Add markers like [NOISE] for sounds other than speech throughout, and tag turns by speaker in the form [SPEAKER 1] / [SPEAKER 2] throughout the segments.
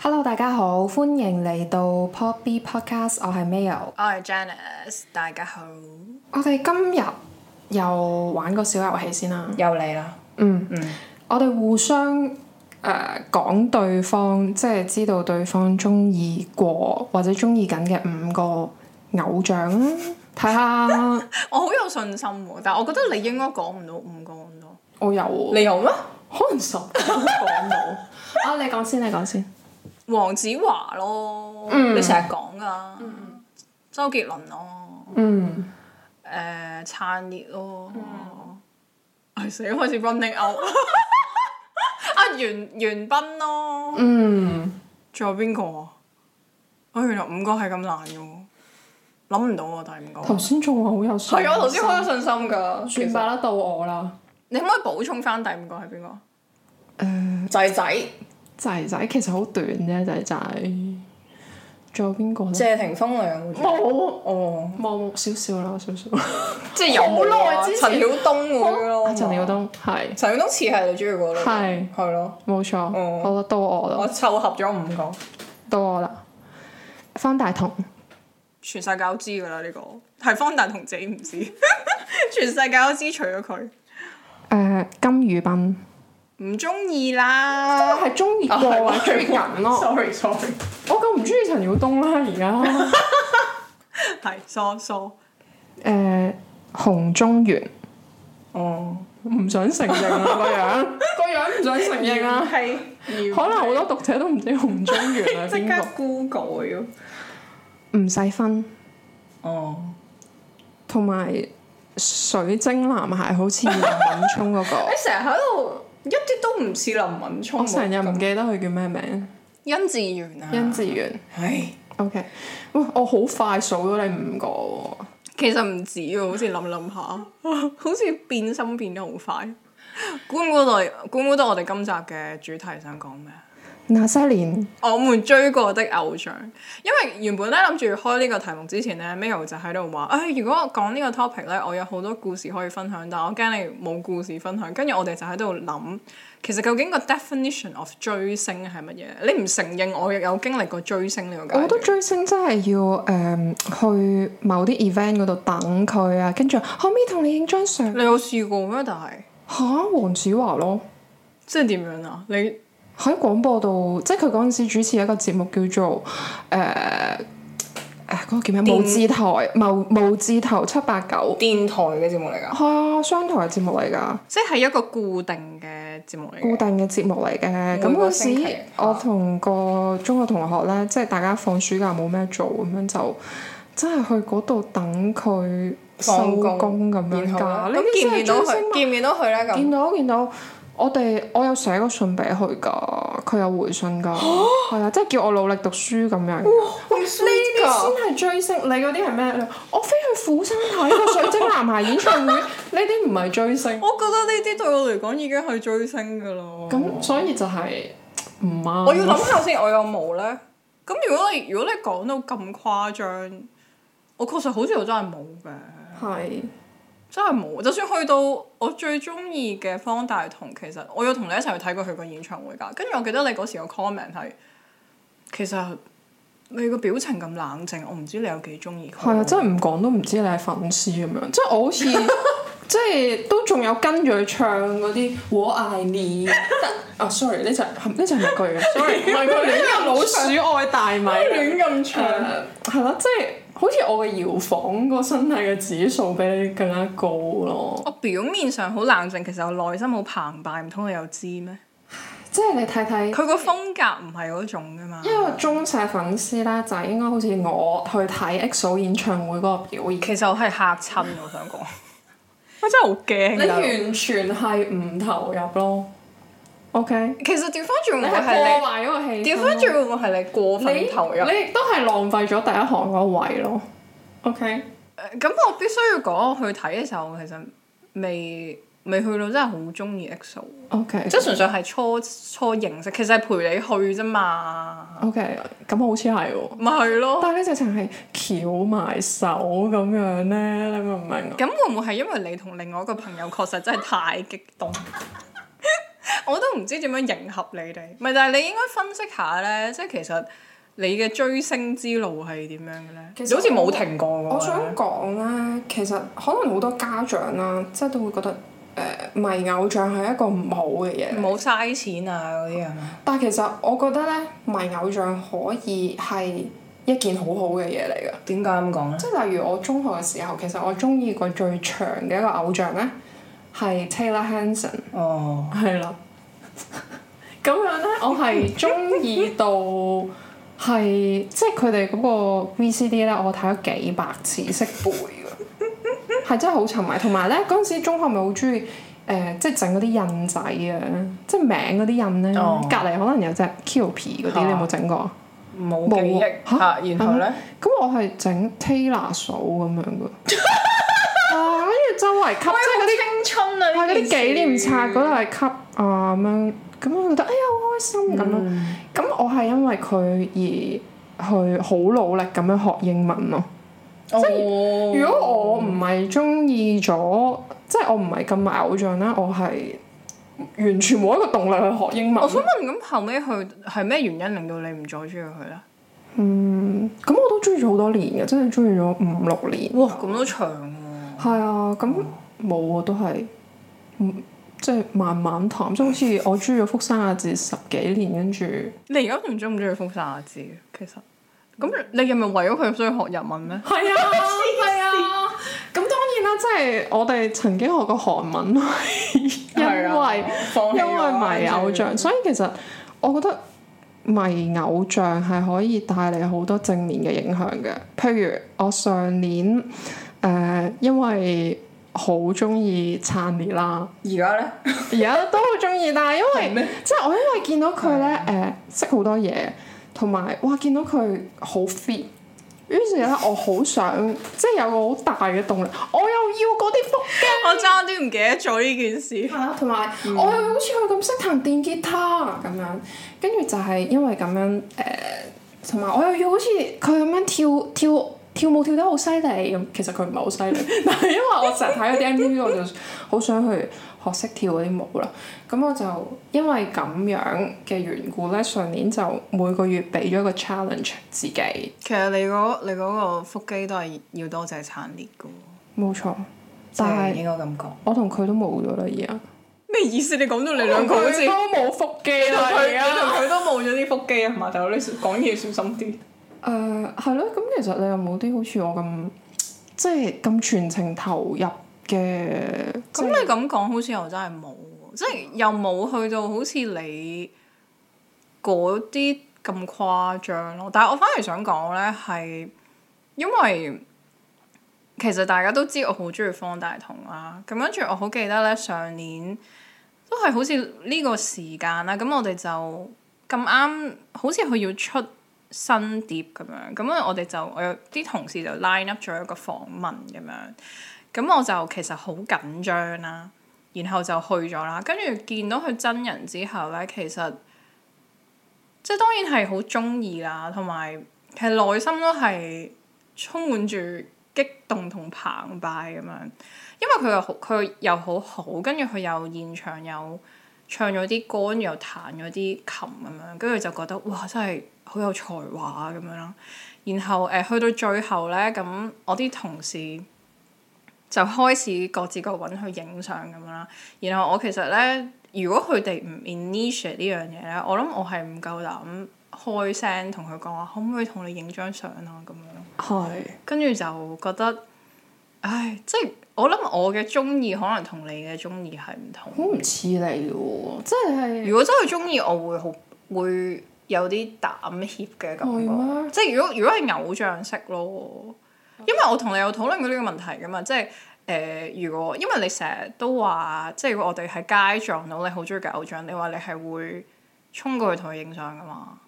[SPEAKER 1] Hello，大家好，歡迎嚟到 Pop B Podcast，我係 Mayo。
[SPEAKER 2] 我係 Janice，大家好。
[SPEAKER 1] 我哋今日又玩個小遊戲先啦。
[SPEAKER 2] 又嚟啦，
[SPEAKER 1] 嗯，
[SPEAKER 2] 嗯，
[SPEAKER 1] 我哋互相誒、呃、講對方，即係知道對方中意過或者中意緊嘅五個偶像啦。睇下 [LAUGHS]
[SPEAKER 2] 我好有信心喎，但係我覺得你應該講唔到五個咁多。
[SPEAKER 1] 我有喎，
[SPEAKER 2] 你有咩？
[SPEAKER 1] 可能十個都講到。啊，你講先，你講先。
[SPEAKER 2] 黃子華咯，
[SPEAKER 1] 嗯
[SPEAKER 2] 你成日講噶。周杰倫咯，
[SPEAKER 1] 嗯，
[SPEAKER 2] 誒燦烈咯，嗯係死開始 running out。啊袁袁彬咯，
[SPEAKER 1] 嗯，
[SPEAKER 2] 仲有邊個啊？啊原來五個係咁難嘅喎，諗唔到喎第五個。
[SPEAKER 1] 頭先仲話好有信
[SPEAKER 2] 係啊，我頭先
[SPEAKER 1] 心
[SPEAKER 2] 好有信心㗎。
[SPEAKER 1] 算
[SPEAKER 2] 其實
[SPEAKER 1] 吧啦，到我啦。
[SPEAKER 2] 你可唔可以補充翻第五個係邊個？
[SPEAKER 1] 誒
[SPEAKER 2] 仔仔。
[SPEAKER 1] 仔仔其實好短啫，仔仔。仲有邊個咧？
[SPEAKER 2] 謝霆鋒嚟嘅，
[SPEAKER 1] 冇
[SPEAKER 2] 哦，
[SPEAKER 1] 冇冇少少啦，少少。
[SPEAKER 2] 即係有
[SPEAKER 1] 好耐
[SPEAKER 2] 啊
[SPEAKER 1] 之前
[SPEAKER 2] 陳曉東嗰啲咯，
[SPEAKER 1] 啊陳曉，東係
[SPEAKER 2] 陳曉東似係你中意嗰類，
[SPEAKER 1] 係
[SPEAKER 2] 係咯，
[SPEAKER 1] 冇錯。
[SPEAKER 2] 哦
[SPEAKER 1] 好啦，到我啦，
[SPEAKER 2] 我湊合咗五個，
[SPEAKER 1] 到我啦。方大同
[SPEAKER 2] 全世界都知㗎啦呢個，係方大同自己唔知， [LAUGHS] 全世界都知除咗佢，
[SPEAKER 1] 誒金宇彬，
[SPEAKER 2] 唔中意啦，
[SPEAKER 1] 係中意過啊，中意緊咯。
[SPEAKER 2] ，sorry sorry，
[SPEAKER 1] 我咁唔中意陳曉東啦，而家。
[SPEAKER 2] 係疏疏，
[SPEAKER 1] 誒洪宗元，
[SPEAKER 2] 哦，
[SPEAKER 1] 唔想承認啊個樣，個樣唔想承認 [LAUGHS] 啊。
[SPEAKER 2] 係，
[SPEAKER 1] 可能好多讀者都唔知洪宗元係 [LAUGHS]
[SPEAKER 2] 即
[SPEAKER 1] 邊
[SPEAKER 2] 刻 Google 要，
[SPEAKER 1] 個。吳世芬。
[SPEAKER 2] 哦，
[SPEAKER 1] 同埋水晶男孩好似林敏聰嗰、個，
[SPEAKER 2] 你成日喺度一啲都唔似林敏聰，
[SPEAKER 1] [LAUGHS] 我成日唔記得佢叫咩名，
[SPEAKER 2] 殷志源啊，
[SPEAKER 1] 殷志源。
[SPEAKER 2] 唉。
[SPEAKER 1] OK，哇！我好快數咗你五個喎，
[SPEAKER 2] 其實唔止喎，好似諗諗下， [LAUGHS] 好似變心變得好快。 [LAUGHS] 估唔估到？估唔估到我哋今集嘅主題想講咩？啊
[SPEAKER 1] 那些年，
[SPEAKER 2] 我們追過的偶像，因為原本咧諗住開呢個題目之前咧，Mayo 就喺度話：，誒、如果我講呢個 topic 咧，我有好多故事可以分享，但我驚你冇故事分享。跟住我哋就喺度諗，其實究竟個 definition of 追星係乜嘢？你唔承認我亦有經歷過追星呢個
[SPEAKER 1] 我
[SPEAKER 2] 階
[SPEAKER 1] 覺得 [LAUGHS]
[SPEAKER 2] 段。
[SPEAKER 1] 追星真係要誒、嗯去某啲 event 嗰度等佢啊，跟住可唔可以同你影張相？
[SPEAKER 2] 你有試過咩？但係
[SPEAKER 1] 吓，黃子華咯，
[SPEAKER 2] 即係點樣啊？你
[SPEAKER 1] 喺廣播度，即係佢嗰陣時主持一個節目叫做誒誒嗰個叫咩？
[SPEAKER 2] 電
[SPEAKER 1] 無字台無無字頭七八九，
[SPEAKER 2] 電台嘅節目嚟㗎？
[SPEAKER 1] 係啊，商台嘅節目嚟㗎。
[SPEAKER 2] 即係一個固定嘅節目嚟
[SPEAKER 1] 固
[SPEAKER 2] 嘅。
[SPEAKER 1] 定嘅節目嚟嘅。咁
[SPEAKER 2] 每個
[SPEAKER 1] 嗰
[SPEAKER 2] 星期啊
[SPEAKER 1] 時我同個中學同學咧，即係大家放暑假冇咩做咁樣就。真係去嗰度等佢收
[SPEAKER 2] 放工
[SPEAKER 1] 工咁樣
[SPEAKER 2] 然
[SPEAKER 1] 㗎，
[SPEAKER 2] 後
[SPEAKER 1] 呢
[SPEAKER 2] 咧咁
[SPEAKER 1] 啲
[SPEAKER 2] 見
[SPEAKER 1] 先
[SPEAKER 2] 唔
[SPEAKER 1] 係
[SPEAKER 2] 見到
[SPEAKER 1] 追星
[SPEAKER 2] 佢？見唔見到佢咧
[SPEAKER 1] 見
[SPEAKER 2] 咁？
[SPEAKER 1] 到見到，我哋我有寫過信俾佢㗎，佢有回信㗎，係啊，即係叫我努力讀書咁樣。
[SPEAKER 2] 咁
[SPEAKER 1] 呢啲先係追星，你嗰啲係咩咧？我飛去釜山睇個水晶男孩演
[SPEAKER 2] [LAUGHS]
[SPEAKER 1] 唱會，呢啲唔係追星。
[SPEAKER 2] 我覺得呢啲對我嚟講已經係追星㗎咯。
[SPEAKER 1] 咁所以就係唔啱。
[SPEAKER 2] 我要諗下先，我有冇咧？咁如果你如果你講到咁誇張，我確實好似我真係冇嘅，
[SPEAKER 1] 係
[SPEAKER 2] 真係冇。就算去到我最中意嘅方大同，其實我有同你一齊去睇過佢個演唱會㗎。跟住我記得你嗰時個 comment 係，其實你個表情咁冷靜，我唔知你有幾中意佢。
[SPEAKER 1] 係啊，真係唔講都唔知你係粉絲咁樣，即係我好
[SPEAKER 2] [LAUGHS]
[SPEAKER 1] 似即係都仲有跟住佢唱嗰啲我愛你。啊，sorry，呢隻呢隻唔係佢嘅，sorry，唔
[SPEAKER 2] [LAUGHS]
[SPEAKER 1] 係佢亂入老鼠愛大米。
[SPEAKER 2] 亂
[SPEAKER 1] 誒
[SPEAKER 2] 咁
[SPEAKER 1] 係咯，即係好似我嘅搖晃個身體嘅指數比你更加高咯。
[SPEAKER 2] 我表面上好冷靜，其實我內心好澎湃，唔通你又知咩？
[SPEAKER 1] 即係你睇睇
[SPEAKER 2] 佢個風格唔係嗰種噶嘛。
[SPEAKER 1] 一個中尺粉絲啦，就應該好似我去睇 EXO 演唱會嗰個表現。
[SPEAKER 2] 其實我係嚇親，我想 [LAUGHS] 講，我真係好
[SPEAKER 1] 你
[SPEAKER 2] 驚㗎。
[SPEAKER 1] 完全係唔投入咯。OK，
[SPEAKER 2] 其實調翻轉會
[SPEAKER 1] 你
[SPEAKER 2] 唔
[SPEAKER 1] 係
[SPEAKER 2] 會
[SPEAKER 1] 破
[SPEAKER 2] 係
[SPEAKER 1] 壞嗰個氣
[SPEAKER 2] 你？調
[SPEAKER 1] 氛。
[SPEAKER 2] 翻轉會唔會係你過分投入？
[SPEAKER 1] 你亦都係浪費咗第一行嗰位咯。OK，
[SPEAKER 2] 咁我必須要講，我去睇嘅時候其實未未去到真係好中意 EXO，
[SPEAKER 1] OK，
[SPEAKER 2] 即係純粹係初初認識，其實係陪你去啫嘛。
[SPEAKER 1] OK，咁好似係喎。
[SPEAKER 2] 咪係咯。
[SPEAKER 1] 但係呢直情係翹埋手咁樣咧，你明唔明啊？
[SPEAKER 2] 咁會唔會係因為你同另外一個朋友確實真係太激動？ [LAUGHS] 我都唔知點樣迎合你哋。咪但係你應該分析下咧，即係其實你嘅追星之路係點樣嘅咧？
[SPEAKER 1] 其
[SPEAKER 2] 你
[SPEAKER 1] 實
[SPEAKER 2] 好似冇停過喎。
[SPEAKER 1] 我想講咧，其實可能好多家長啦，即係都會覺得誒、呃迷偶像係一個唔好嘅嘢，
[SPEAKER 2] 冇嘥錢啊嗰啲係嘛？
[SPEAKER 1] 但係其實我覺得咧，迷偶像可以係一件好好嘅嘢嚟㗎。
[SPEAKER 2] 點解咁講咧？
[SPEAKER 1] 即係例如我中學嘅時候，其實我中意過最長嘅一個偶像咧，係 Taylor Hanson。
[SPEAKER 2] 哦，
[SPEAKER 1] 係啦。咁樣咧，我係中意到係即係佢哋嗰個 VCD 咧，我睇咗幾百次，識背㗎，係真係好沉迷。同埋咧，嗰陣時中學咪好中意誒，即係整嗰啲印仔啊，即係名嗰啲印咧，
[SPEAKER 2] 哦
[SPEAKER 1] 隔離可能有隻 Kewpie 嗰啲，你有冇整過啊？
[SPEAKER 2] 冇
[SPEAKER 1] 冇啊
[SPEAKER 2] 記憶
[SPEAKER 1] 嚇嗯
[SPEAKER 2] 嚇，然後咧，
[SPEAKER 1] 咁我係整 Taylor 嫂咁樣 [LAUGHS] 㗎，啊跟住周圍吸，即係嗰啲。
[SPEAKER 2] 啲青春啊，
[SPEAKER 1] 係嗰啲紀念冊嗰度
[SPEAKER 2] 度，
[SPEAKER 1] 係吸啊咁樣，咁我覺得哎呀好開心咁咯。
[SPEAKER 2] 嗯
[SPEAKER 1] 咁、我係因為佢而去好努力咁樣學英文咯。
[SPEAKER 2] 哦，
[SPEAKER 1] 如果我唔係中意咗，即係我唔係咁迷偶像啦，我係完全冇一個動力去學英文
[SPEAKER 2] 我。想問咁後尾佢係咩原因令到你唔再中意佢咧？
[SPEAKER 1] 嗯，咁我都中意咗好多年嘅，真係中意咗五六年。
[SPEAKER 2] 哇，咁都長喎！
[SPEAKER 1] 係啊，咁冇啊，都係，嗯，即係慢慢談，即係好似我中意咗福山雅治十幾年，跟住。
[SPEAKER 2] 你而家仲中唔中意風沙字嘅？其實咁你係咪為咗佢所以學日文咧？
[SPEAKER 1] 係啊，係啊。咁當然啦，即係我哋曾經學過韓文，因
[SPEAKER 2] 啊
[SPEAKER 1] 為因為迷偶像，所以其實我覺得迷偶像係可以帶嚟好多正面嘅影響嘅。譬如我上年誒、呃因為好中意燦烈啦，
[SPEAKER 2] 而家咧
[SPEAKER 1] 而家都好中意，但係因為。
[SPEAKER 2] 咩？
[SPEAKER 1] 即係我因為見到佢咧，誒、識好多嘢，同埋哇見到佢好 fit，於是咧我好想即係有個好大嘅動力，我又要嗰啲腹肌
[SPEAKER 2] 我爭啲唔記得咗呢件事。
[SPEAKER 1] 啊，同埋我又好似佢咁識彈電吉他咁樣，跟住就係因為咁樣誒，同、埋我又要好似佢咁樣跳跳。跳舞跳得好犀利咁，其實佢唔係好犀利， [LAUGHS] 但係因為我成日睇嗰啲 MTV，我就好想去學識跳嗰啲舞啦。咁我就因為咁樣嘅緣故咧，上年就每個月俾咗一個 challenge 自己，
[SPEAKER 2] 其實你嗰你嗰個腹肌都係要多謝撐烈嘅喎，
[SPEAKER 1] 冇錯。但係
[SPEAKER 2] 應該咁講。
[SPEAKER 1] 我同佢都冇咗啦，而家
[SPEAKER 2] 咩意思？你講到你兩個好似
[SPEAKER 1] 佢都冇腹肌
[SPEAKER 2] 你同
[SPEAKER 1] [LAUGHS] 啦，
[SPEAKER 2] 佢
[SPEAKER 1] 而
[SPEAKER 2] 你
[SPEAKER 1] 家。
[SPEAKER 2] 同佢都冇咗啲腹肌啊嘛，大佬你講嘢小心啲。
[SPEAKER 1] 誒係咯，咁其實你有冇啲好似我咁，即係咁全程投入嘅？即
[SPEAKER 2] 咁你咁講好似又真係冇喎，即係又冇去到好似你嗰啲咁誇張咯。但係我反而想講呢，係因為其實大家都知我好中意方大同啦。咁跟住我好記得呢，上年都係好似呢個時間啦。咁我哋就咁啱，好似佢要出新碟咁樣。咁我哋就我有啲同事就 line up 咗一個訪問咁樣。咁我就其實好緊張啦，然後就去咗啦，跟住見到佢真人之後呢，其實即係當然係好中意啦，同埋其實內心都係充滿住激動同澎湃咁樣，因為佢又好佢又好好，跟住佢又現場又唱咗啲歌，跟住又彈咗啲琴咁樣，跟住就覺得哇真係好有才華啊咁樣啦。然後誒、呃去到最後呢，咁我啲同事。就開始各自各揾佢影相咁樣啦。然後我其實呢，如果佢哋唔 initiate 呢樣嘢呢，我諗我係唔夠膽開聲同佢講話，可唔可以同你影張相啊咁樣咯。
[SPEAKER 1] 係
[SPEAKER 2] 跟住就覺得，唉，即係我諗我嘅中意可能同你嘅中意係唔同。
[SPEAKER 1] 好唔似你喎，即係
[SPEAKER 2] 如果真係中意，我會好會有啲膽怯嘅感
[SPEAKER 1] 係咩
[SPEAKER 2] 覺。即係如果如果係偶像式咯，因為我同你有討論過呢個問題噶嘛，即係誒、呃如果因為你成日都話，即係如果我哋喺街撞到你好中意嘅偶像，你話你係會衝過去同佢影相噶嘛？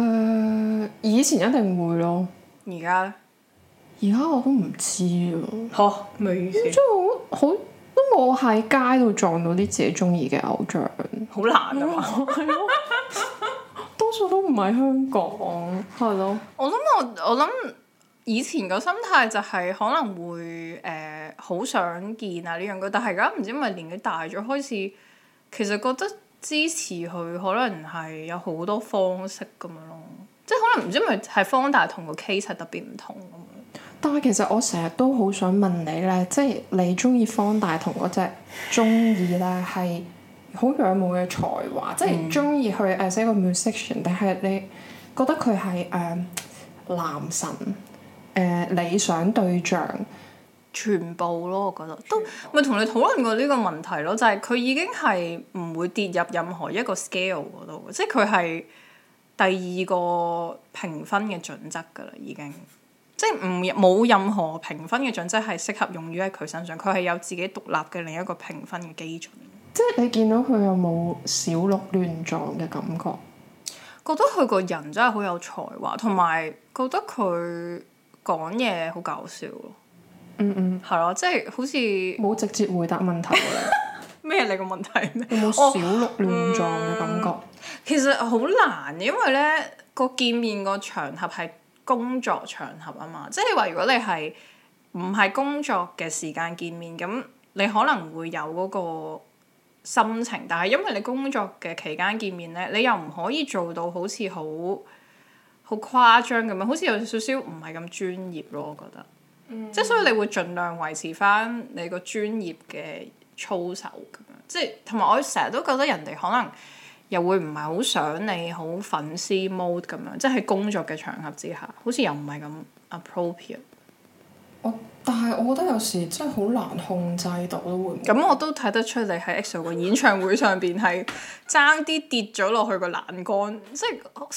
[SPEAKER 1] 誒以前一定會咯，
[SPEAKER 2] 而家咧，
[SPEAKER 1] 而家我都唔知啊，
[SPEAKER 2] 嚇咩哦意思？
[SPEAKER 1] 即係好好都冇喺街度撞到啲自己中意嘅偶像，
[SPEAKER 2] 好難啊嘛！
[SPEAKER 1] 係咯， [LAUGHS] 多數都唔喺香港，係咯，
[SPEAKER 2] 我諗我我諗以前個心態就係可能會呃誒好、想見啊呢樣嘢，但係而家唔知係咪年紀大咗開始，其實覺得支持佢，可能係有好多方式咁樣咯。即係可能唔知咪係方，但係同個 case 係特別唔同咁樣。
[SPEAKER 1] 但係其實我成日都好想問你咧，即係你中意方大同嗰隻中意咧係好仰慕嘅才華，即係中意佢 as 一個 musician，定係你覺得佢係誒男神誒、呃理想對象？
[SPEAKER 2] 全部咯，我覺得都咪同你討論過呢個問題咯，就係、佢已經係唔會跌入任何一個 scale 嗰度，即係佢係第二個評分嘅準則㗎啦，已經即係唔冇任何評分嘅準則係適合用於喺佢身上，佢係有自己獨立嘅另一個評分嘅基準。
[SPEAKER 1] 即係你見到佢有冇小鹿亂撞嘅感覺？
[SPEAKER 2] 覺得佢個人真係好有才華，同埋覺得佢講嘢好搞笑咯，
[SPEAKER 1] 嗯嗯，
[SPEAKER 2] 係咯，即係好似
[SPEAKER 1] 冇直接回答問題 [LAUGHS] 嘅，
[SPEAKER 2] 咩你個問題咩？
[SPEAKER 1] 有冇
[SPEAKER 2] 哦
[SPEAKER 1] 小鹿亂撞嘅感覺？
[SPEAKER 2] 其實好難，因為咧個見面個場合係工作場合啊嘛，即係你話如果你係唔係工作嘅時間見面，咁你可能會有嗰個心情，但係因為你工作嘅期間見面咧，你又唔可以做到好似好好誇張咁樣，好似有少少唔係咁專業咯，我覺得。即係所以你會盡量維持翻你個專業嘅操守咁樣，即係同埋我成日都覺得人哋可能又會唔係好想你好粉絲 mode 咁樣，即係喺工作嘅場合之下，好似又唔係咁 appropriate。
[SPEAKER 1] 我嗯但係我覺得有時真係好難控制到咯，會唔會？
[SPEAKER 2] 咁我都睇得出你喺 EXO 個演唱會上邊係爭啲跌咗落去個欄杆，即係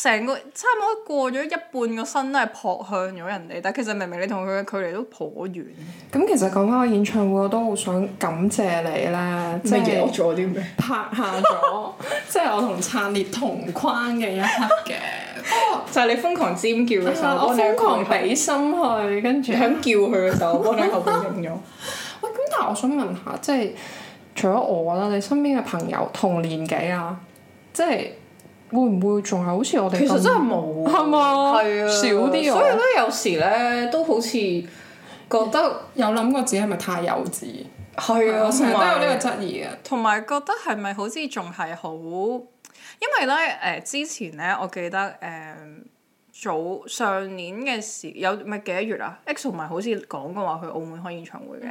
[SPEAKER 2] 成個差唔多過咗一半個身都係撲向咗人哋，但其實明明你同佢嘅距離都頗遠。
[SPEAKER 1] 咁其實講翻個演唱會，我都好想感謝你咧，即係
[SPEAKER 2] 咗啲咩？
[SPEAKER 1] 拍下咗，即係我同燦烈同框嘅一刻嘅。啊
[SPEAKER 2] 就係你瘋狂尖叫嘅時候，
[SPEAKER 1] [LAUGHS] 我
[SPEAKER 2] 幫你
[SPEAKER 1] 瘋
[SPEAKER 2] 喺
[SPEAKER 1] 狂
[SPEAKER 2] 後面
[SPEAKER 1] 俾心去，跟住
[SPEAKER 2] 你
[SPEAKER 1] 喂，
[SPEAKER 2] 響叫佢嘅時候，我幫你喺後邊用咗。
[SPEAKER 1] 咁但係我想問下，即係除咗我啦，你身邊嘅朋友同年紀啊，即係會唔會仲係好似我哋咁？
[SPEAKER 3] 其實真係冇，
[SPEAKER 1] 係嘛
[SPEAKER 3] 係啊，
[SPEAKER 1] 少啲啊
[SPEAKER 3] 所以咧，有時咧都好似覺得
[SPEAKER 1] 有諗過自己係咪太幼稚？
[SPEAKER 3] 係啊，
[SPEAKER 1] 我成日都有呢個
[SPEAKER 3] 個。
[SPEAKER 1] 質疑嘅。
[SPEAKER 2] 同埋覺得係咪好似仲係好？因為咧誒、呃之前咧，我記得誒、呃早上年嘅時有咪幾多月啊？EXO 咪好似講過話去澳門開演唱會嘅，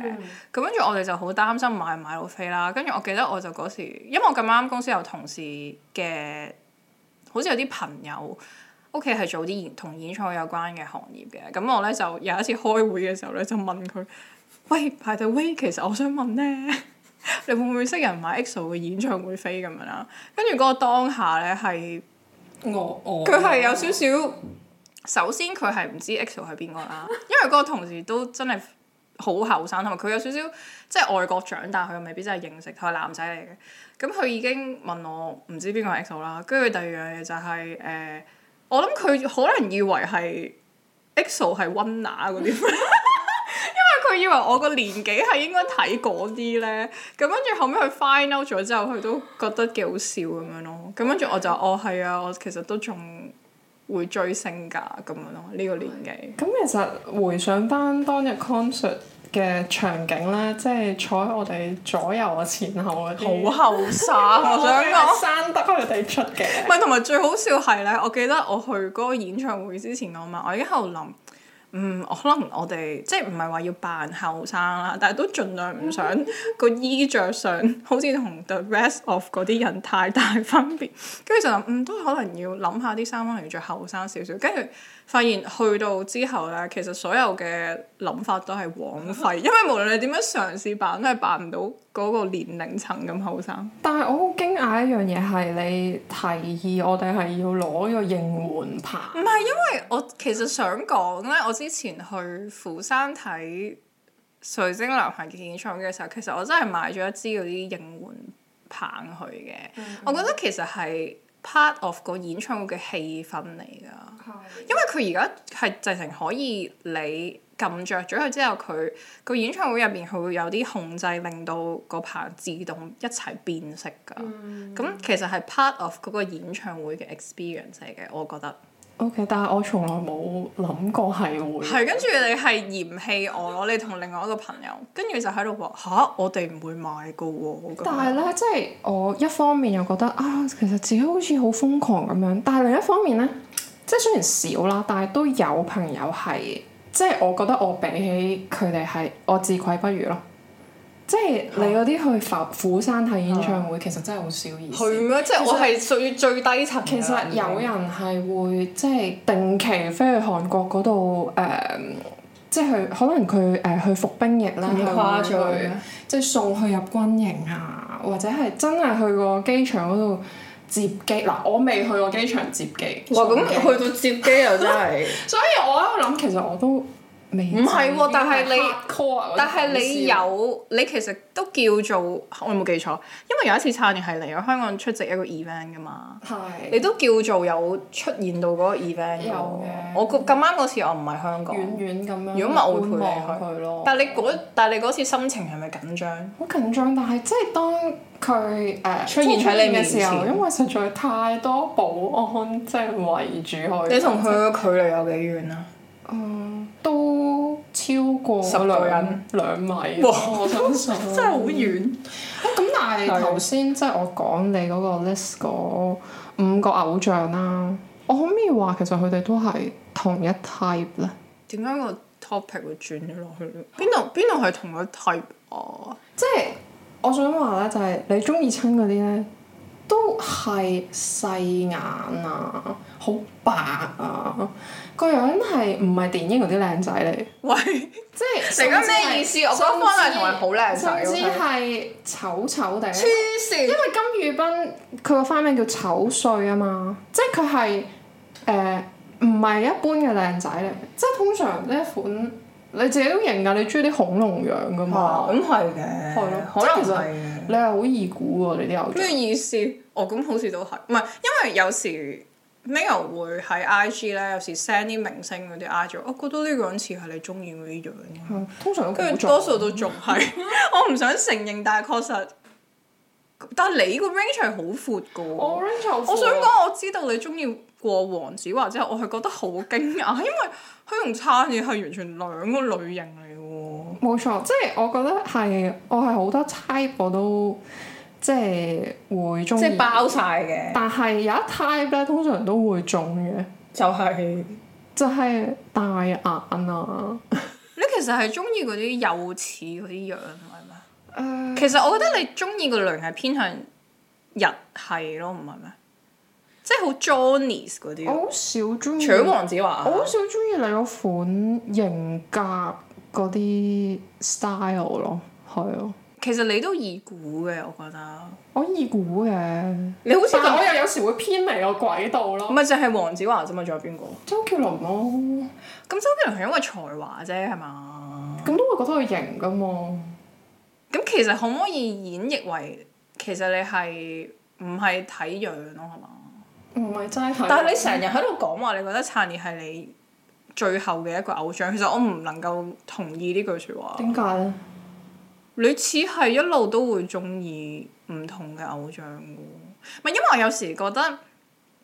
[SPEAKER 2] 咁跟住我哋就好擔心買唔買到飛啦。跟住我記得我就嗰時，因為我咁啱公司有同事嘅，好似有啲朋友。屋企係做啲演同演唱會有關嘅行業嘅，咁我咧就有一次開會嘅時候咧就問佢：，喂，by the way，其實我想問咧， [LAUGHS] 你會唔會識人買 EXO 嘅演唱會飛咁樣啦？跟住嗰個當下咧係，
[SPEAKER 1] 我我
[SPEAKER 2] 佢係有少少。首先佢係唔知 EXO 係邊個啦， [LAUGHS] 因為嗰個同事都真係好後生，同埋佢有少少即係外國長大，佢未必真係認識。佢係男仔嚟嘅，咁佢已經問我唔知邊個係 EXO 啦。跟住第二樣嘢就係、呃我諗佢可能以為係 EXO 係温拿嗰啲。佢以為我個年紀係應該睇嗰啲咧，咁跟住後尾佢 find out 咗之後，佢都覺得幾好笑咁樣咯。咁跟住我就哦係啊，我其實都仲會追星㗎咁樣咯，呢、個年紀。
[SPEAKER 1] 咁其實回想翻當日 concert 嘅場景咧，即係坐喺我哋左右啊前後嗰啲，啊
[SPEAKER 2] 好後生，我想講。
[SPEAKER 1] 生得佢哋出嘅。
[SPEAKER 2] 唔係，同埋最好笑係咧，我記得我去嗰個演唱會之前嗰晚，我已經喺度諗，嗯，我可能我哋即係唔係話要扮後生啦，但係都盡量唔想個衣着上好似同 the rest of 嗰啲人太大分別，跟住就諗，嗯，都可能要諗下啲衫可能要着後生少少，跟住發現去到之後咧，其實所有嘅諗法都係枉費，因為無論你點樣嘗試扮，都係扮唔到嗰個年齡層咁後生。
[SPEAKER 1] 但係我好驚訝一樣嘢係你提議我哋係要攞個應援牌
[SPEAKER 2] 唔，係，因為我其實想講咧，我之前去釜山睇水晶男孩嘅演唱會嘅時候，其實我真係買咗一支嗰啲應援棒去嘅。我覺得其實係 part of 個演唱會嘅氣氛嚟㗎，因為佢而家係直情可以你撳着咗佢之後，佢個演唱會入邊佢會有啲控制，令到個棒自動一齊變色㗎。咁、其實係 part of 嗰個演唱會嘅 experience 嚟嘅，我覺得。
[SPEAKER 1] OK，但係我從來冇諗過係會。
[SPEAKER 2] 係跟住你係嫌棄我咯，你同另外一個朋友，跟住就喺度話吓，我哋唔會買噶喎。咁樣
[SPEAKER 1] 但係咧，即係我一方面又覺得啊，其實自己好似好瘋狂咁樣，但係另一方面咧，即係雖然少啦，但係都有朋友係，即係我覺得我比起佢哋係，我自愧不如咯。即係你嗰啲去浮釜山睇演唱會，其實真係好少意思。
[SPEAKER 3] 係咩？即係我係屬於最低層㗎。
[SPEAKER 1] 其實
[SPEAKER 2] 嗯
[SPEAKER 1] 有人係會即係定期飛去韓國嗰度誒，即係去可能佢誒、去服兵役啦，
[SPEAKER 3] 咁誇
[SPEAKER 1] 係
[SPEAKER 2] 啊
[SPEAKER 3] 張
[SPEAKER 1] 會去即係送去入軍營啊，或者係真係去個機場嗰度接機。嗱，我未去過機場接
[SPEAKER 3] 哇！
[SPEAKER 1] 機，送
[SPEAKER 3] 咁
[SPEAKER 1] 機
[SPEAKER 3] 去到接機又真係，
[SPEAKER 1] [LAUGHS] 所以我喺度諗，其實我都未
[SPEAKER 2] 唔係喎但係你
[SPEAKER 1] hardcore 啊嗰啲
[SPEAKER 2] 但係
[SPEAKER 1] 粉絲
[SPEAKER 2] 你有，你其實都叫做我有冇記錯？因為有一次撐完係嚟咗香港出席一個 event 噶嘛，
[SPEAKER 1] 係
[SPEAKER 2] 你都叫做有出現到嗰個 event 㗎喎
[SPEAKER 1] 有嘅
[SPEAKER 2] 我咁啱嗰次我唔係香港，
[SPEAKER 1] 遠遠咁樣，
[SPEAKER 2] 如果唔係我會陪你去
[SPEAKER 1] 去咯。
[SPEAKER 2] 但係你嗰但係你嗰次心情係咪緊張？
[SPEAKER 1] 好緊張，但係即係當佢誒、呃、
[SPEAKER 3] 出現喺你面前
[SPEAKER 1] 嘅時候，因為實在太多保安即係圍住佢。
[SPEAKER 2] 你同佢嘅距離有幾遠啊？
[SPEAKER 1] 嗯都超過
[SPEAKER 2] 十個
[SPEAKER 1] 兩
[SPEAKER 2] 人
[SPEAKER 1] 兩米，
[SPEAKER 2] 哇
[SPEAKER 1] 我相信
[SPEAKER 2] [LAUGHS] 真係好遠。
[SPEAKER 1] 咁但係
[SPEAKER 2] 係
[SPEAKER 1] 頭先即係我講你嗰個 list 嗰五個偶像啦，我可唔可以話其實佢哋都係同一 type 咧？
[SPEAKER 2] 點解個 topic 會轉咗落去咧？邊度邊度係同一 type 啊？
[SPEAKER 1] 即係我想話咧，就係、你中意親嗰啲咧，都係細眼啊，好白啊，個樣係唔係電影嗰啲靚仔嚟？
[SPEAKER 2] [LAUGHS] 喂，
[SPEAKER 1] 即係
[SPEAKER 2] 成家
[SPEAKER 1] 甚至係
[SPEAKER 2] 咩意思？我覺得方麗同係好靚仔
[SPEAKER 1] 甚至
[SPEAKER 2] ，OK
[SPEAKER 1] 係醜醜地。
[SPEAKER 2] 黐
[SPEAKER 1] 因
[SPEAKER 2] 線！
[SPEAKER 1] 為金宇彬佢個花名叫醜帥啊嘛，即係佢係誒唔係一般嘅靚仔嚟，即係通常呢一款你自己都認㗎，你中意啲恐龍樣㗎嘛。
[SPEAKER 2] 咁係
[SPEAKER 1] 係
[SPEAKER 2] 嘅，
[SPEAKER 1] 咯
[SPEAKER 2] 呃可
[SPEAKER 1] 即
[SPEAKER 2] 能
[SPEAKER 1] 係
[SPEAKER 2] 係嘅。
[SPEAKER 1] 你係好易估喎，你啲偶像
[SPEAKER 2] 咩意思？哦，咁好似都係，唔係因為有時 Mail 會喺 IG 咧，有時 send 啲明星嗰啲 IG，我覺得呢個人似係你中意嗰啲樣，
[SPEAKER 1] 嗯通常都
[SPEAKER 2] 跟
[SPEAKER 1] 估
[SPEAKER 2] 住多
[SPEAKER 1] 中。
[SPEAKER 2] 數都中係。 [LAUGHS] 我唔想承認，但係確實，但係你個 range 係好闊噶喎。
[SPEAKER 1] 我 range 好闊
[SPEAKER 2] 我想講，我知道你中意過黃子華之後，我係覺得好驚訝，因為佢同燦嘢係完全兩個類型嚟喎。
[SPEAKER 1] 冇錯，即係我覺得係我係好多 type 我都即係會中
[SPEAKER 3] 即係
[SPEAKER 1] 意，
[SPEAKER 3] 包晒嘅，
[SPEAKER 1] 但係有一 type 咧通常都會中嘅，
[SPEAKER 3] 就係
[SPEAKER 1] 就係、大眼啊。
[SPEAKER 2] 你其實係中意嗰啲幼齒嗰啲樣係咪？
[SPEAKER 1] 誒、
[SPEAKER 2] 其實我覺得你中意個類型係偏向日系咯，唔係咩？即係好 Johnny's 嗰啲
[SPEAKER 1] 我
[SPEAKER 2] 咯。
[SPEAKER 1] 好少中意，
[SPEAKER 3] 除咗黃子華
[SPEAKER 1] 我好少中意你嗰款型格嗰啲 style 咯，係啊，
[SPEAKER 2] 其實你都易估嘅，我覺得。
[SPEAKER 1] 我易估嘅，
[SPEAKER 3] 你好似
[SPEAKER 1] 但我
[SPEAKER 3] 咁，
[SPEAKER 1] 又有時會偏離個軌道咯。
[SPEAKER 2] 咪就係黃子華啫嘛，仲有邊個？
[SPEAKER 1] 周杰倫咯，
[SPEAKER 2] 咁周杰倫係因為才華啫，係嘛？
[SPEAKER 1] 咁都會覺得佢型噶嘛。
[SPEAKER 2] 咁其實可唔可以演繹為其實你係唔係睇樣咯，係嘛？
[SPEAKER 1] 唔係齋睇，
[SPEAKER 2] 但係你成日喺度講話，你覺得燦烈係你最後嘅一個偶像，其實我唔能夠同意呢句説話。
[SPEAKER 1] 點解咧？
[SPEAKER 2] 你似係一路都會中意唔同嘅偶像嘅喎，唔係因為我有時覺得誒、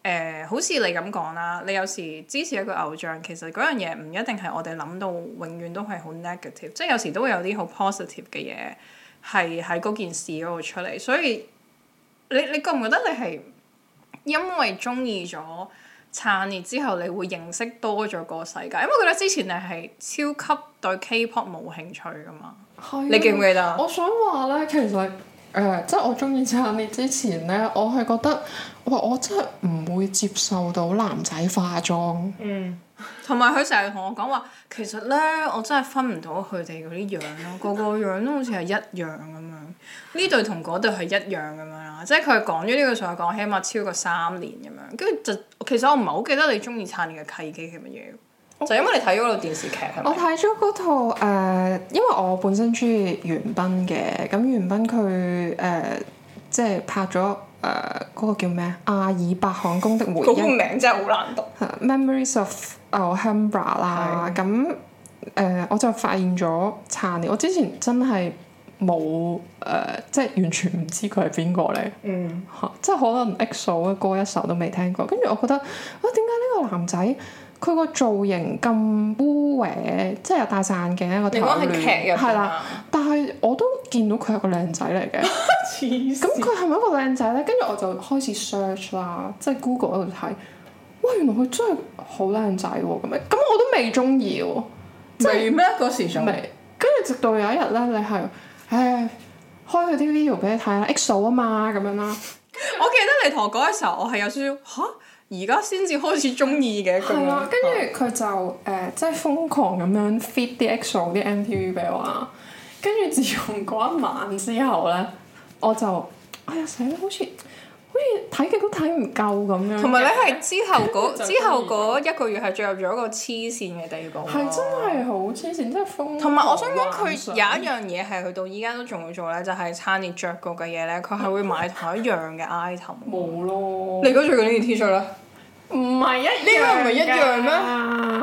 [SPEAKER 2] 呃好似你咁講啦，你有時支持一個偶像，其實嗰樣嘢唔一定係我哋諗到，永遠都係好 negative，即係有時都會有啲好 positive 嘅嘢係喺嗰件事嗰度出嚟，所以你你覺唔覺得你係因為中意咗？撐烈之後，你會認識多咗個世界，因為我覺得之前你係超級對 K-pop 冇興趣噶嘛。
[SPEAKER 1] 係啊
[SPEAKER 2] 你記唔記得啊
[SPEAKER 1] 我想話咧，其實誒、呃即係我中意撐你之前咧，我係覺得，哇！我真係唔會接受到男仔化妝。
[SPEAKER 3] 嗯，
[SPEAKER 2] 同埋佢成日同我講話，其實咧我真係分唔到佢哋嗰啲樣咯， [LAUGHS] 個個樣都好似係一樣咁樣，呢對同嗰對係一樣咁樣啦。即係佢講咗呢句説話講，起碼超過三年咁樣，跟住就其實我唔係好記得你中意撐你嘅契機係乜嘢，就因為你睇咗套電視劇係
[SPEAKER 1] 我
[SPEAKER 2] 咪？
[SPEAKER 1] 睇咗嗰套誒、呃因為我本身中意袁彬嘅，咁袁彬佢誒即係拍咗誒嗰個叫咩啊《阿爾伯航宮的回
[SPEAKER 2] 嗰個
[SPEAKER 1] 憶
[SPEAKER 2] 名真係好難讀。》
[SPEAKER 1] 啊 Memories of Alhambra 啦，咁誒、呃我就發現咗殘年，我之前真係冇誒，即係完全唔知佢係邊個嚟，
[SPEAKER 3] 嗯，
[SPEAKER 1] 嚇即係可能 EXO 嘅歌一首都未聽過。跟住我覺得啊，點解呢個男仔佢個造型咁污衊，即係又戴晒眼鏡個頭
[SPEAKER 3] 你講係
[SPEAKER 1] 亂
[SPEAKER 3] 劇入邊啊
[SPEAKER 1] 係啦，但係我都見到佢係個靚仔嚟嘅。
[SPEAKER 3] 黐
[SPEAKER 1] 咁佢係咪一個靚仔咧？跟住我就開始 search 啦，即係 Google 嗰度睇，哇！原來佢真係好靚仔喎，咁樣咁我都未中意喎，
[SPEAKER 3] 未咩嗰時仲
[SPEAKER 1] 未。跟住直到有一日咧，你係唉開佢啲 video 俾你睇啦，EXO 啊嘛咁樣啦，
[SPEAKER 2] 我記得你同我講嘅時候，我係有少少嚇，而家先至開始中意嘅咁
[SPEAKER 1] 係
[SPEAKER 2] 樣
[SPEAKER 1] 啦，。跟住佢就誒、即係瘋狂咁樣 fit 啲 EXO 啲 MTV 俾我啦。跟住自從嗰一晚之後咧，我就哎呀死啦，好似好似睇極都睇唔夠咁樣嘅。
[SPEAKER 2] 同埋你係之後嗰
[SPEAKER 1] [LAUGHS] 就中意
[SPEAKER 2] 之後嗰一個月係進入咗一個黐線嘅地步喎。
[SPEAKER 1] 係真係好黐線，真係瘋。
[SPEAKER 2] 同埋我想講，佢有一樣嘢係佢到依家都仲會做咧，就係餐列着過嘅嘢咧，佢係會買同一樣
[SPEAKER 1] [LAUGHS]
[SPEAKER 2] 嘅 item。
[SPEAKER 1] 冇咯，
[SPEAKER 2] 你嗰最近呢件 T 恤咧，
[SPEAKER 1] 唔係一呢
[SPEAKER 2] 呢個唔係一樣咩
[SPEAKER 1] 咩？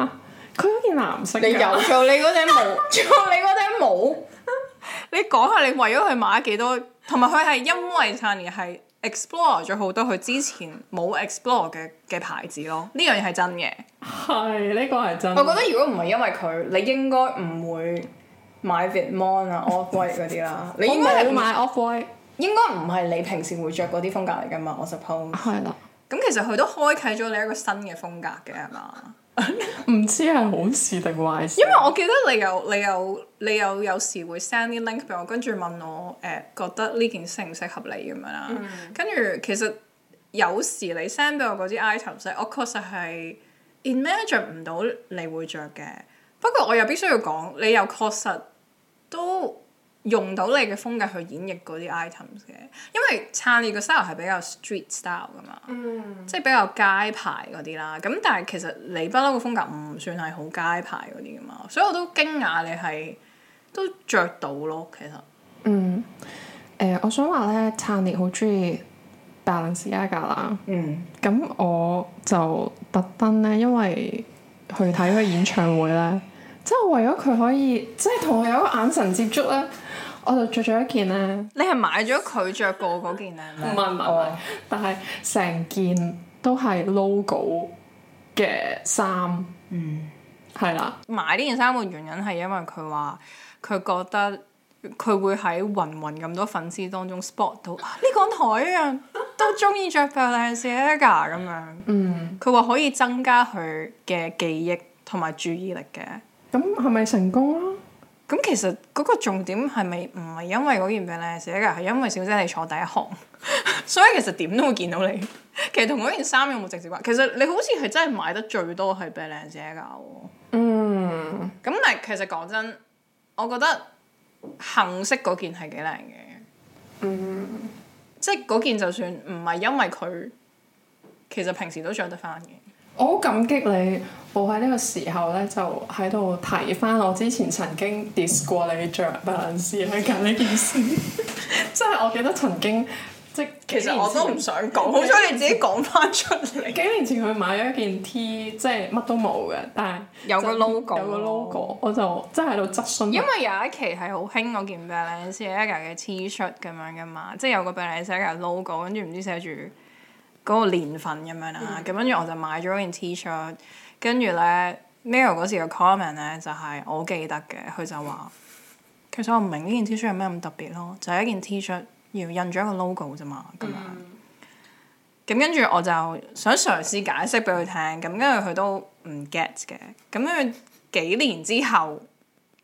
[SPEAKER 1] 佢嗰件藍色㗎，
[SPEAKER 2] 你有做你嗰頂帽，
[SPEAKER 3] 仲有你嗰頂
[SPEAKER 1] [LAUGHS]
[SPEAKER 3] 帽，
[SPEAKER 2] [LAUGHS] 你講下你為咗佢買咗幾多，同埋佢係因為餐列係 explore 咗好多佢之前冇 explore 嘅嘅牌子咯，呢樣嘢係真嘅。
[SPEAKER 1] 係呢個係真。
[SPEAKER 2] 我覺得如果唔係因為佢，你應該唔會買 Vidmon 啊、Off White 嗰啲 [LAUGHS] 啦。你
[SPEAKER 1] 我
[SPEAKER 2] 應該係
[SPEAKER 1] 冇
[SPEAKER 2] 唔
[SPEAKER 1] 買 off white，
[SPEAKER 2] 應該唔係你平時會着嗰啲風格嚟㗎嘛？我 suppose。
[SPEAKER 1] 係啦，
[SPEAKER 2] 咁其實佢都開啟咗你一個新嘅風格嘅係嘛？
[SPEAKER 1] 唔知係好事定壞事。
[SPEAKER 2] 因為我記得你有你有你有有時會 send 啲 link 俾我，跟住問我誒、呃、覺得呢件適唔適合你咁樣啦。跟住、其實有時你 send 俾我嗰啲 item 咧，我確實係 imagine 唔到你會着嘅。不過我又必須要講，你又確實都用到你嘅風格去演繹嗰啲 items 嘅，因為撐你個 style 係比較 street style 噶嘛。即係比較街牌嗰啲啦。咁但係其實你不嬲嘅風格唔算係好街牌嗰啲噶嘛，所以我都驚訝你係都着到咯。其實
[SPEAKER 1] 嗯，誒，我想話咧，燦烈好中意 Balenciaga 啦。
[SPEAKER 3] 嗯，
[SPEAKER 1] 咁我就特登咧，因為去睇佢演唱會咧，即係為咗佢可以，即係同佢有一個眼神接觸咧，我就着咗一件咧，
[SPEAKER 2] 你係買咗佢着過嗰件啊靚
[SPEAKER 1] 唔
[SPEAKER 2] 咩？
[SPEAKER 1] 係唔係唔係，但係成件都係 logo 嘅衫，嗯，係啦，
[SPEAKER 2] 買呢件衫嘅原因係因為佢話佢覺得。佢會喺雲雲咁多粉絲當中 spot 到啊呢、個人同我一樣都中意着 Balenciaga 咁樣。
[SPEAKER 1] 嗯，
[SPEAKER 2] 佢話可以增加佢嘅記憶同埋注意力嘅。
[SPEAKER 1] 咁係咪成功啊啦？
[SPEAKER 2] 咁其實嗰個重點係咪唔係因為嗰件病靚寫㗎，係因為小姐你坐第一行， [LAUGHS] 所以其實點都會見到你。 [LAUGHS] 其實同嗰件衫有冇直接關？其實你好似係真係買得最多係病靚寫㗎喎。
[SPEAKER 1] 嗯，
[SPEAKER 2] 咁但係其實講真，我覺得杏色嗰件係幾靚嘅。嗯。即係嗰件就算唔係因為佢，其實平時都着得翻嘅。
[SPEAKER 1] 我好感激你，我喺呢個時候咧就喺度提翻我之前曾經 diss 過你着 Balenciaga 啊呢件事， [LAUGHS] 即係我記得曾經即
[SPEAKER 2] 其實我都唔想講， [LAUGHS] 好
[SPEAKER 1] 好
[SPEAKER 2] 彩
[SPEAKER 1] 彩
[SPEAKER 2] 你自己講翻出嚟。
[SPEAKER 1] 幾年前佢買咗一件 T，即係乜都冇嘅，但係
[SPEAKER 2] 有個
[SPEAKER 1] 就
[SPEAKER 2] logo
[SPEAKER 1] 有個 logo，我就真係喺度質詢。
[SPEAKER 2] 因為有一期係好興嗰件 Balenciaga 嘅 T 恤咁樣噶嘛，即係有個 Balenciaga logo，跟住唔知寫住嗰個年份咁樣啦。咁跟住我就買咗件 T 恤，跟住咧 Mel 嗰時嘅 comment 咧就係、我好記得嘅，佢就話其實我唔明呢件 T 恤有咩咁特別咯，就係、一件 T 恤要印咗一個 logo 啫嘛，咁樣。咁跟住我就想嘗試解釋俾佢聽，咁跟住佢都唔 get 嘅。咁跟住幾年之後，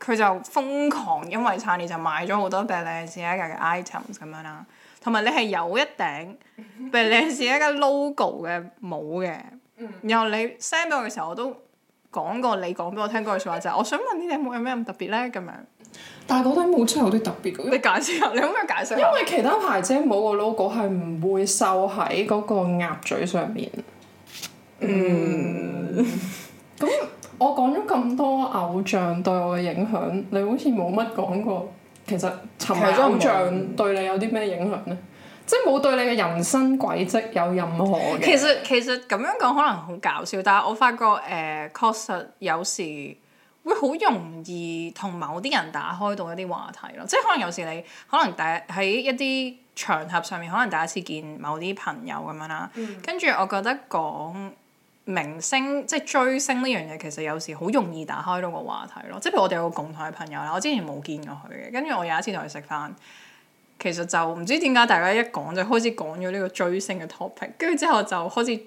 [SPEAKER 2] 佢就瘋狂因為撐你就買咗好多 Balenciaga 嘅 items 咁樣啦，同埋你係有一頂 Balenciaga logo 嘅帽嘅。然後你 send 俾我嘅時候，我都講過你講俾我聽嗰句説話就係、我想問呢頂帽有咩咁特別咧？咁樣
[SPEAKER 1] 但係嗰頂帽真係有啲特別
[SPEAKER 2] 你
[SPEAKER 1] 嘅，
[SPEAKER 2] 解釋下，你可唔可以解釋
[SPEAKER 1] 因
[SPEAKER 2] 下？
[SPEAKER 1] 為其他牌子冇個 logo 係唔會繡喺嗰個鴨嘴上面。嗯，咁我講咗咁多偶像對我嘅影響，你好似冇乜講過，其實尋
[SPEAKER 3] 其實真係
[SPEAKER 1] 日
[SPEAKER 3] 冇
[SPEAKER 1] 偶像對你有啲咩影響呢？即係冇對你嘅人生軌跡有任何嘅。
[SPEAKER 2] 其實其實咁樣講可能好搞笑，但係我發覺誒、呃、確實有時會好容易同某啲人打開到一啲話題咯。即係可能有時你可能第一喺一啲場合上面，可能第一次見某啲朋友咁樣啦，跟住、我覺得講。明星即係追星呢樣嘢，其實有時好容易打開到個話題咯。即係譬如我哋有個共同嘅朋友啦，我之前冇見過佢嘅，跟住我有一次同佢食飯，其實就唔知點解大家一講就開始講咗呢個追星嘅 topic，跟住之後就開始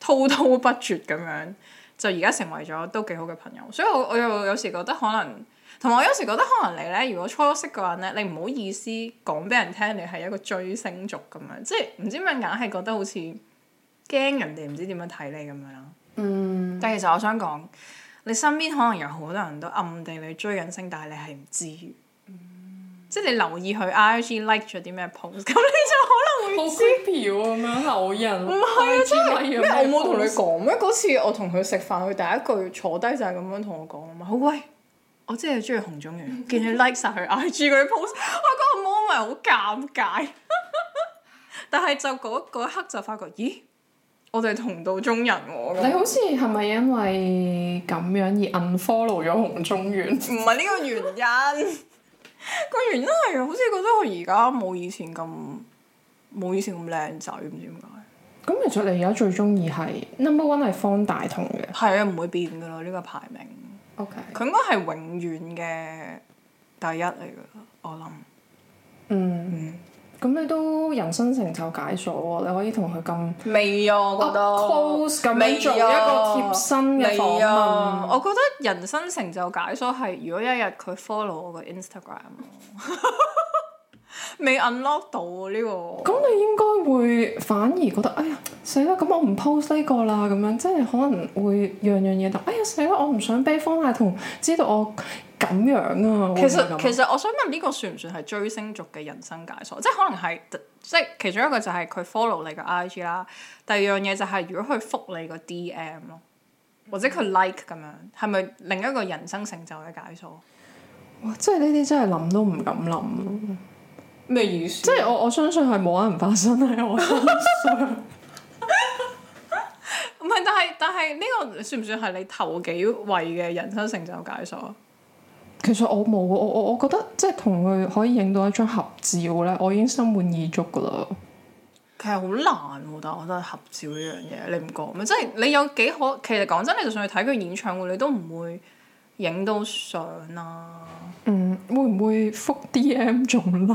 [SPEAKER 2] 滔滔不絕咁樣，就而家成為咗都幾好嘅朋友。所以我我又有時覺得可能，同埋我有時覺得可能你呢，如果初識嗰人呢，你唔好意思講俾人聽你係一個追星族咁樣，即係唔知點解硬係覺得好似驚人哋唔知點樣睇你咁樣啦。嗯。但其實我想講，你身邊可能有好多人都暗地裏追緊星，但係你係唔知。即係你留意佢 IG like 咗啲咩 post，咁你就可能會
[SPEAKER 1] 好 creepy 喎咁樣留人，唔
[SPEAKER 2] 係啊，真係咩？
[SPEAKER 1] 咩？
[SPEAKER 2] 我冇同你講咩？嗰次我同佢食飯，佢第一句坐低就係咁樣同我講啊嘛。好喂，我真係中意洪忠源，見佢 like 晒佢 IG 嗰啲 post，我嗰個 moment 好尷尬。但係就嗰嗰一刻就發覺，咦，我哋同道中人喎。
[SPEAKER 1] 你好似係咪因為咁樣而 unfollow 咗洪忠遠？
[SPEAKER 2] 唔係呢個原因， [LAUGHS] 個原因係好似覺得我而家冇以前咁冇以前咁靚仔，唔知點解。
[SPEAKER 1] 咁其實你而家最中意係 number one 係方大同嘅。
[SPEAKER 2] 係啊，唔會變噶啦，呢個排名。
[SPEAKER 1] OK。
[SPEAKER 2] 佢應該係永遠嘅第一嚟㗎，我諗。
[SPEAKER 1] 嗯。咁你都人生成就解鎖喎，你可以同佢咁
[SPEAKER 2] 未啊，我
[SPEAKER 1] close 咁樣做一個貼身嘅訪
[SPEAKER 2] 啊未啊
[SPEAKER 1] 問。
[SPEAKER 2] 我覺得人生成就解鎖係，如果一日佢 follow 我個 Instagram，未 unlock 到啊呢個。
[SPEAKER 1] 咁你應該會反而覺得，哎呀死啦！咁我唔 post 呢個啦，咁樣即係可能會樣樣嘢都，哎呀死啦！我唔想俾方大同知道我咁樣啊。
[SPEAKER 2] 其
[SPEAKER 1] 我會咁
[SPEAKER 2] 實其實我想問呢個算唔算係追星族嘅人生解鎖？即係可能係即係其中一個就係佢 follow 你個 IG 啦，第二樣嘢就係如果佢覆你個 DM 咯，或者佢 like 咁樣，係咪另一個人生成就嘅解鎖？
[SPEAKER 1] 哇！即係呢啲真係諗都唔敢諗，
[SPEAKER 2] 咩意思
[SPEAKER 1] 即
[SPEAKER 2] 即係
[SPEAKER 1] 係我我相信係冇可能發生喺我身上。
[SPEAKER 2] 唔係？但係但係呢個算唔算係你頭幾位嘅人生成就解鎖？
[SPEAKER 1] 其實我冇，我我我覺得即係同佢可以影到一張合照咧，我已經心滿意足噶啦。
[SPEAKER 2] 其實好難喎，但係我覺得合照呢樣嘢，你唔覺咩？即係你有幾可？其實講真，你就算去睇佢演唱會，你都唔會影到相啊啦。
[SPEAKER 1] 嗯，會唔會覆 DM 仲難？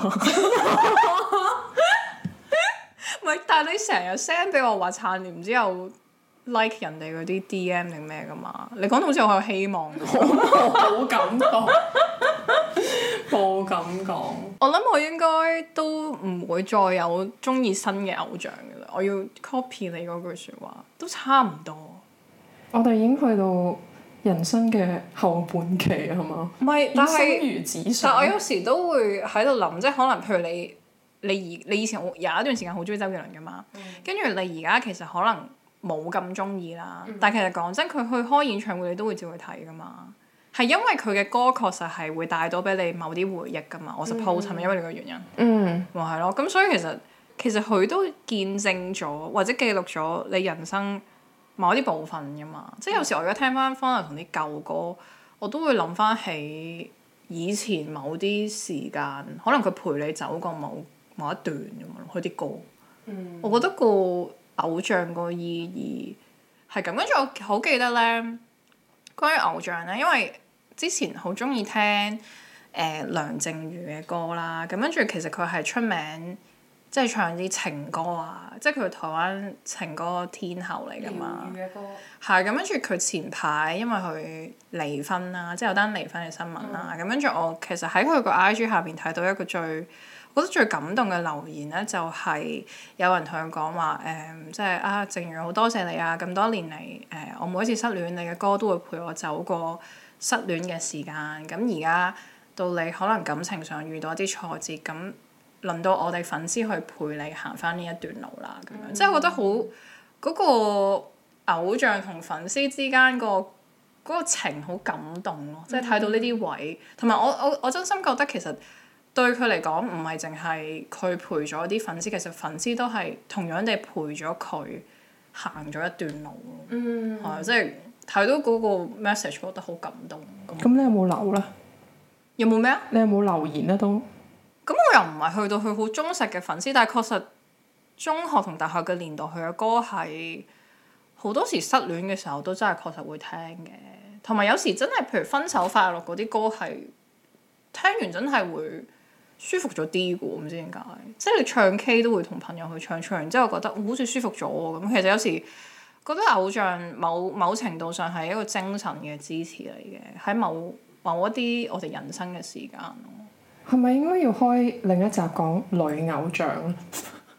[SPEAKER 2] 唔係，但係你成日 send 俾我話撐完之後 like 人哋嗰啲 DM 定咩㗎嘛？你講到好似我有希望咁。
[SPEAKER 1] 冇感覺，冇咁講。
[SPEAKER 2] 我諗我應該都唔會再有中意新嘅偶像㗎啦，我要 copy 你嗰句説話，都差唔多。
[SPEAKER 1] 我哋已經去到人生嘅後半期係嘛？
[SPEAKER 2] 唔係，但
[SPEAKER 1] 但
[SPEAKER 2] 係
[SPEAKER 1] 係如指
[SPEAKER 2] 但我
[SPEAKER 1] 上，
[SPEAKER 2] 有時都會喺度諗，即係可能譬如你你而你以前好有一段時間好中意周杰倫㗎嘛，跟住、你而家其實可能冇咁中意啦，但係其實講真，佢去開演唱會你都會照去睇㗎嘛。係因為佢嘅歌確實係會帶到俾你某啲回憶㗎嘛，我 suppose 係咪因為呢個原因？
[SPEAKER 1] 嗯，
[SPEAKER 2] 咪係咯，咁所以其實其實佢都見證咗或者記錄咗你人生某啲部分噶嘛，即係有時我而家聽翻方大同啲舊歌，我都會諗翻起以前某啲時間，可能佢陪你走過某某一段咁樣咯，佢啲歌，我覺得個偶像個意義係咁，跟住我好記得咧，關於偶像咧，因為之前好中意聽。誒、梁靜茹嘅歌啦，咁跟住其實佢係出名，即係唱啲情歌啊，即係佢係台灣情歌天后嚟㗎嘛。
[SPEAKER 1] 嗯
[SPEAKER 2] 係咁，跟住佢前排因為佢離婚啦，即係有單離婚嘅新聞啦。咁跟住我其實喺佢個 IG 下邊睇到一個最，我覺得最感動嘅留言咧，就係、啊有人同佢講話誒，即係啊，靜茹好多謝你啊！咁多年嚟誒、我每一次失戀，你嘅歌都會陪我走過失戀嘅時間。咁而家到你可能感情上遇到一啲挫折，咁輪到我哋粉絲去陪你行翻呢一段路啦。咁樣、即係我覺得好嗰、個。偶像同粉絲之間個嗰個情好感動咯，即係睇到呢啲位，同埋我我我真心覺得其實對佢嚟講唔係淨係佢陪咗啲粉絲，其實粉絲都係同樣地陪咗佢行咗一段路咯，係啊即係睇到嗰個 message 覺得好感動咁。
[SPEAKER 1] 咁你有冇留咧？
[SPEAKER 2] 有冇咩啊？
[SPEAKER 1] 你有冇留言咧都？
[SPEAKER 2] 咁我又唔係去到佢好忠實嘅粉絲，但係確實中學同大學嘅年代，佢嘅歌係好多時失戀嘅時候都真係確實會聽嘅，同埋有時真係譬如分手快樂嗰啲歌係聽完真係會舒服咗啲嘅喎，唔知點解，即係你唱 K 都會同朋友去唱，唱完之後覺得好似舒服咗喎咁。其實有時覺得偶像某某程度上係一個精神嘅支持嚟嘅，喺某某一啲我哋人生嘅時間咯。
[SPEAKER 1] 係咪應該要開另一集講女偶像？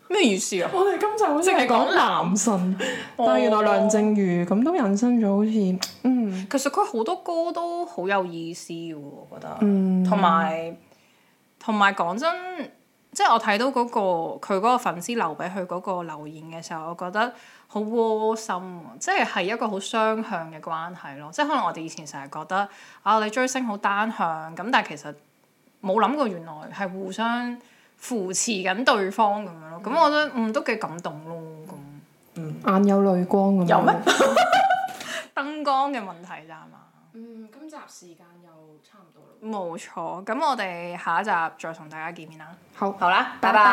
[SPEAKER 2] 咩意思啊？
[SPEAKER 1] 我哋今集好似係講哦男神，但係原來梁靜茹咁都引申咗好似嗯
[SPEAKER 2] 其實佢好多歌都好有意思嘅喎，我覺得，
[SPEAKER 1] 嗯
[SPEAKER 2] 同埋同埋講真，即係我睇到嗰、個佢嗰個粉絲留俾佢嗰個留言嘅時候，我覺得好窩心啊！即係係一個好雙向嘅關係咯。即係可能我哋以前成日覺得啊，你追星好單向咁，但係其實冇諗過原來係互相扶持緊對方咁樣咯。咁我覺得嗯都幾感動咯咁。
[SPEAKER 1] 嗯眼有淚光咁樣。
[SPEAKER 2] 有咩？燈光嘅問題咋嘛？
[SPEAKER 1] 嗯，今集時間又差唔多啦。
[SPEAKER 2] 冇錯，咁我哋下一集再同大家見面啦。
[SPEAKER 1] 好，
[SPEAKER 2] 好啦，拜
[SPEAKER 1] 拜
[SPEAKER 2] 拜。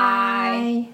[SPEAKER 1] 拜。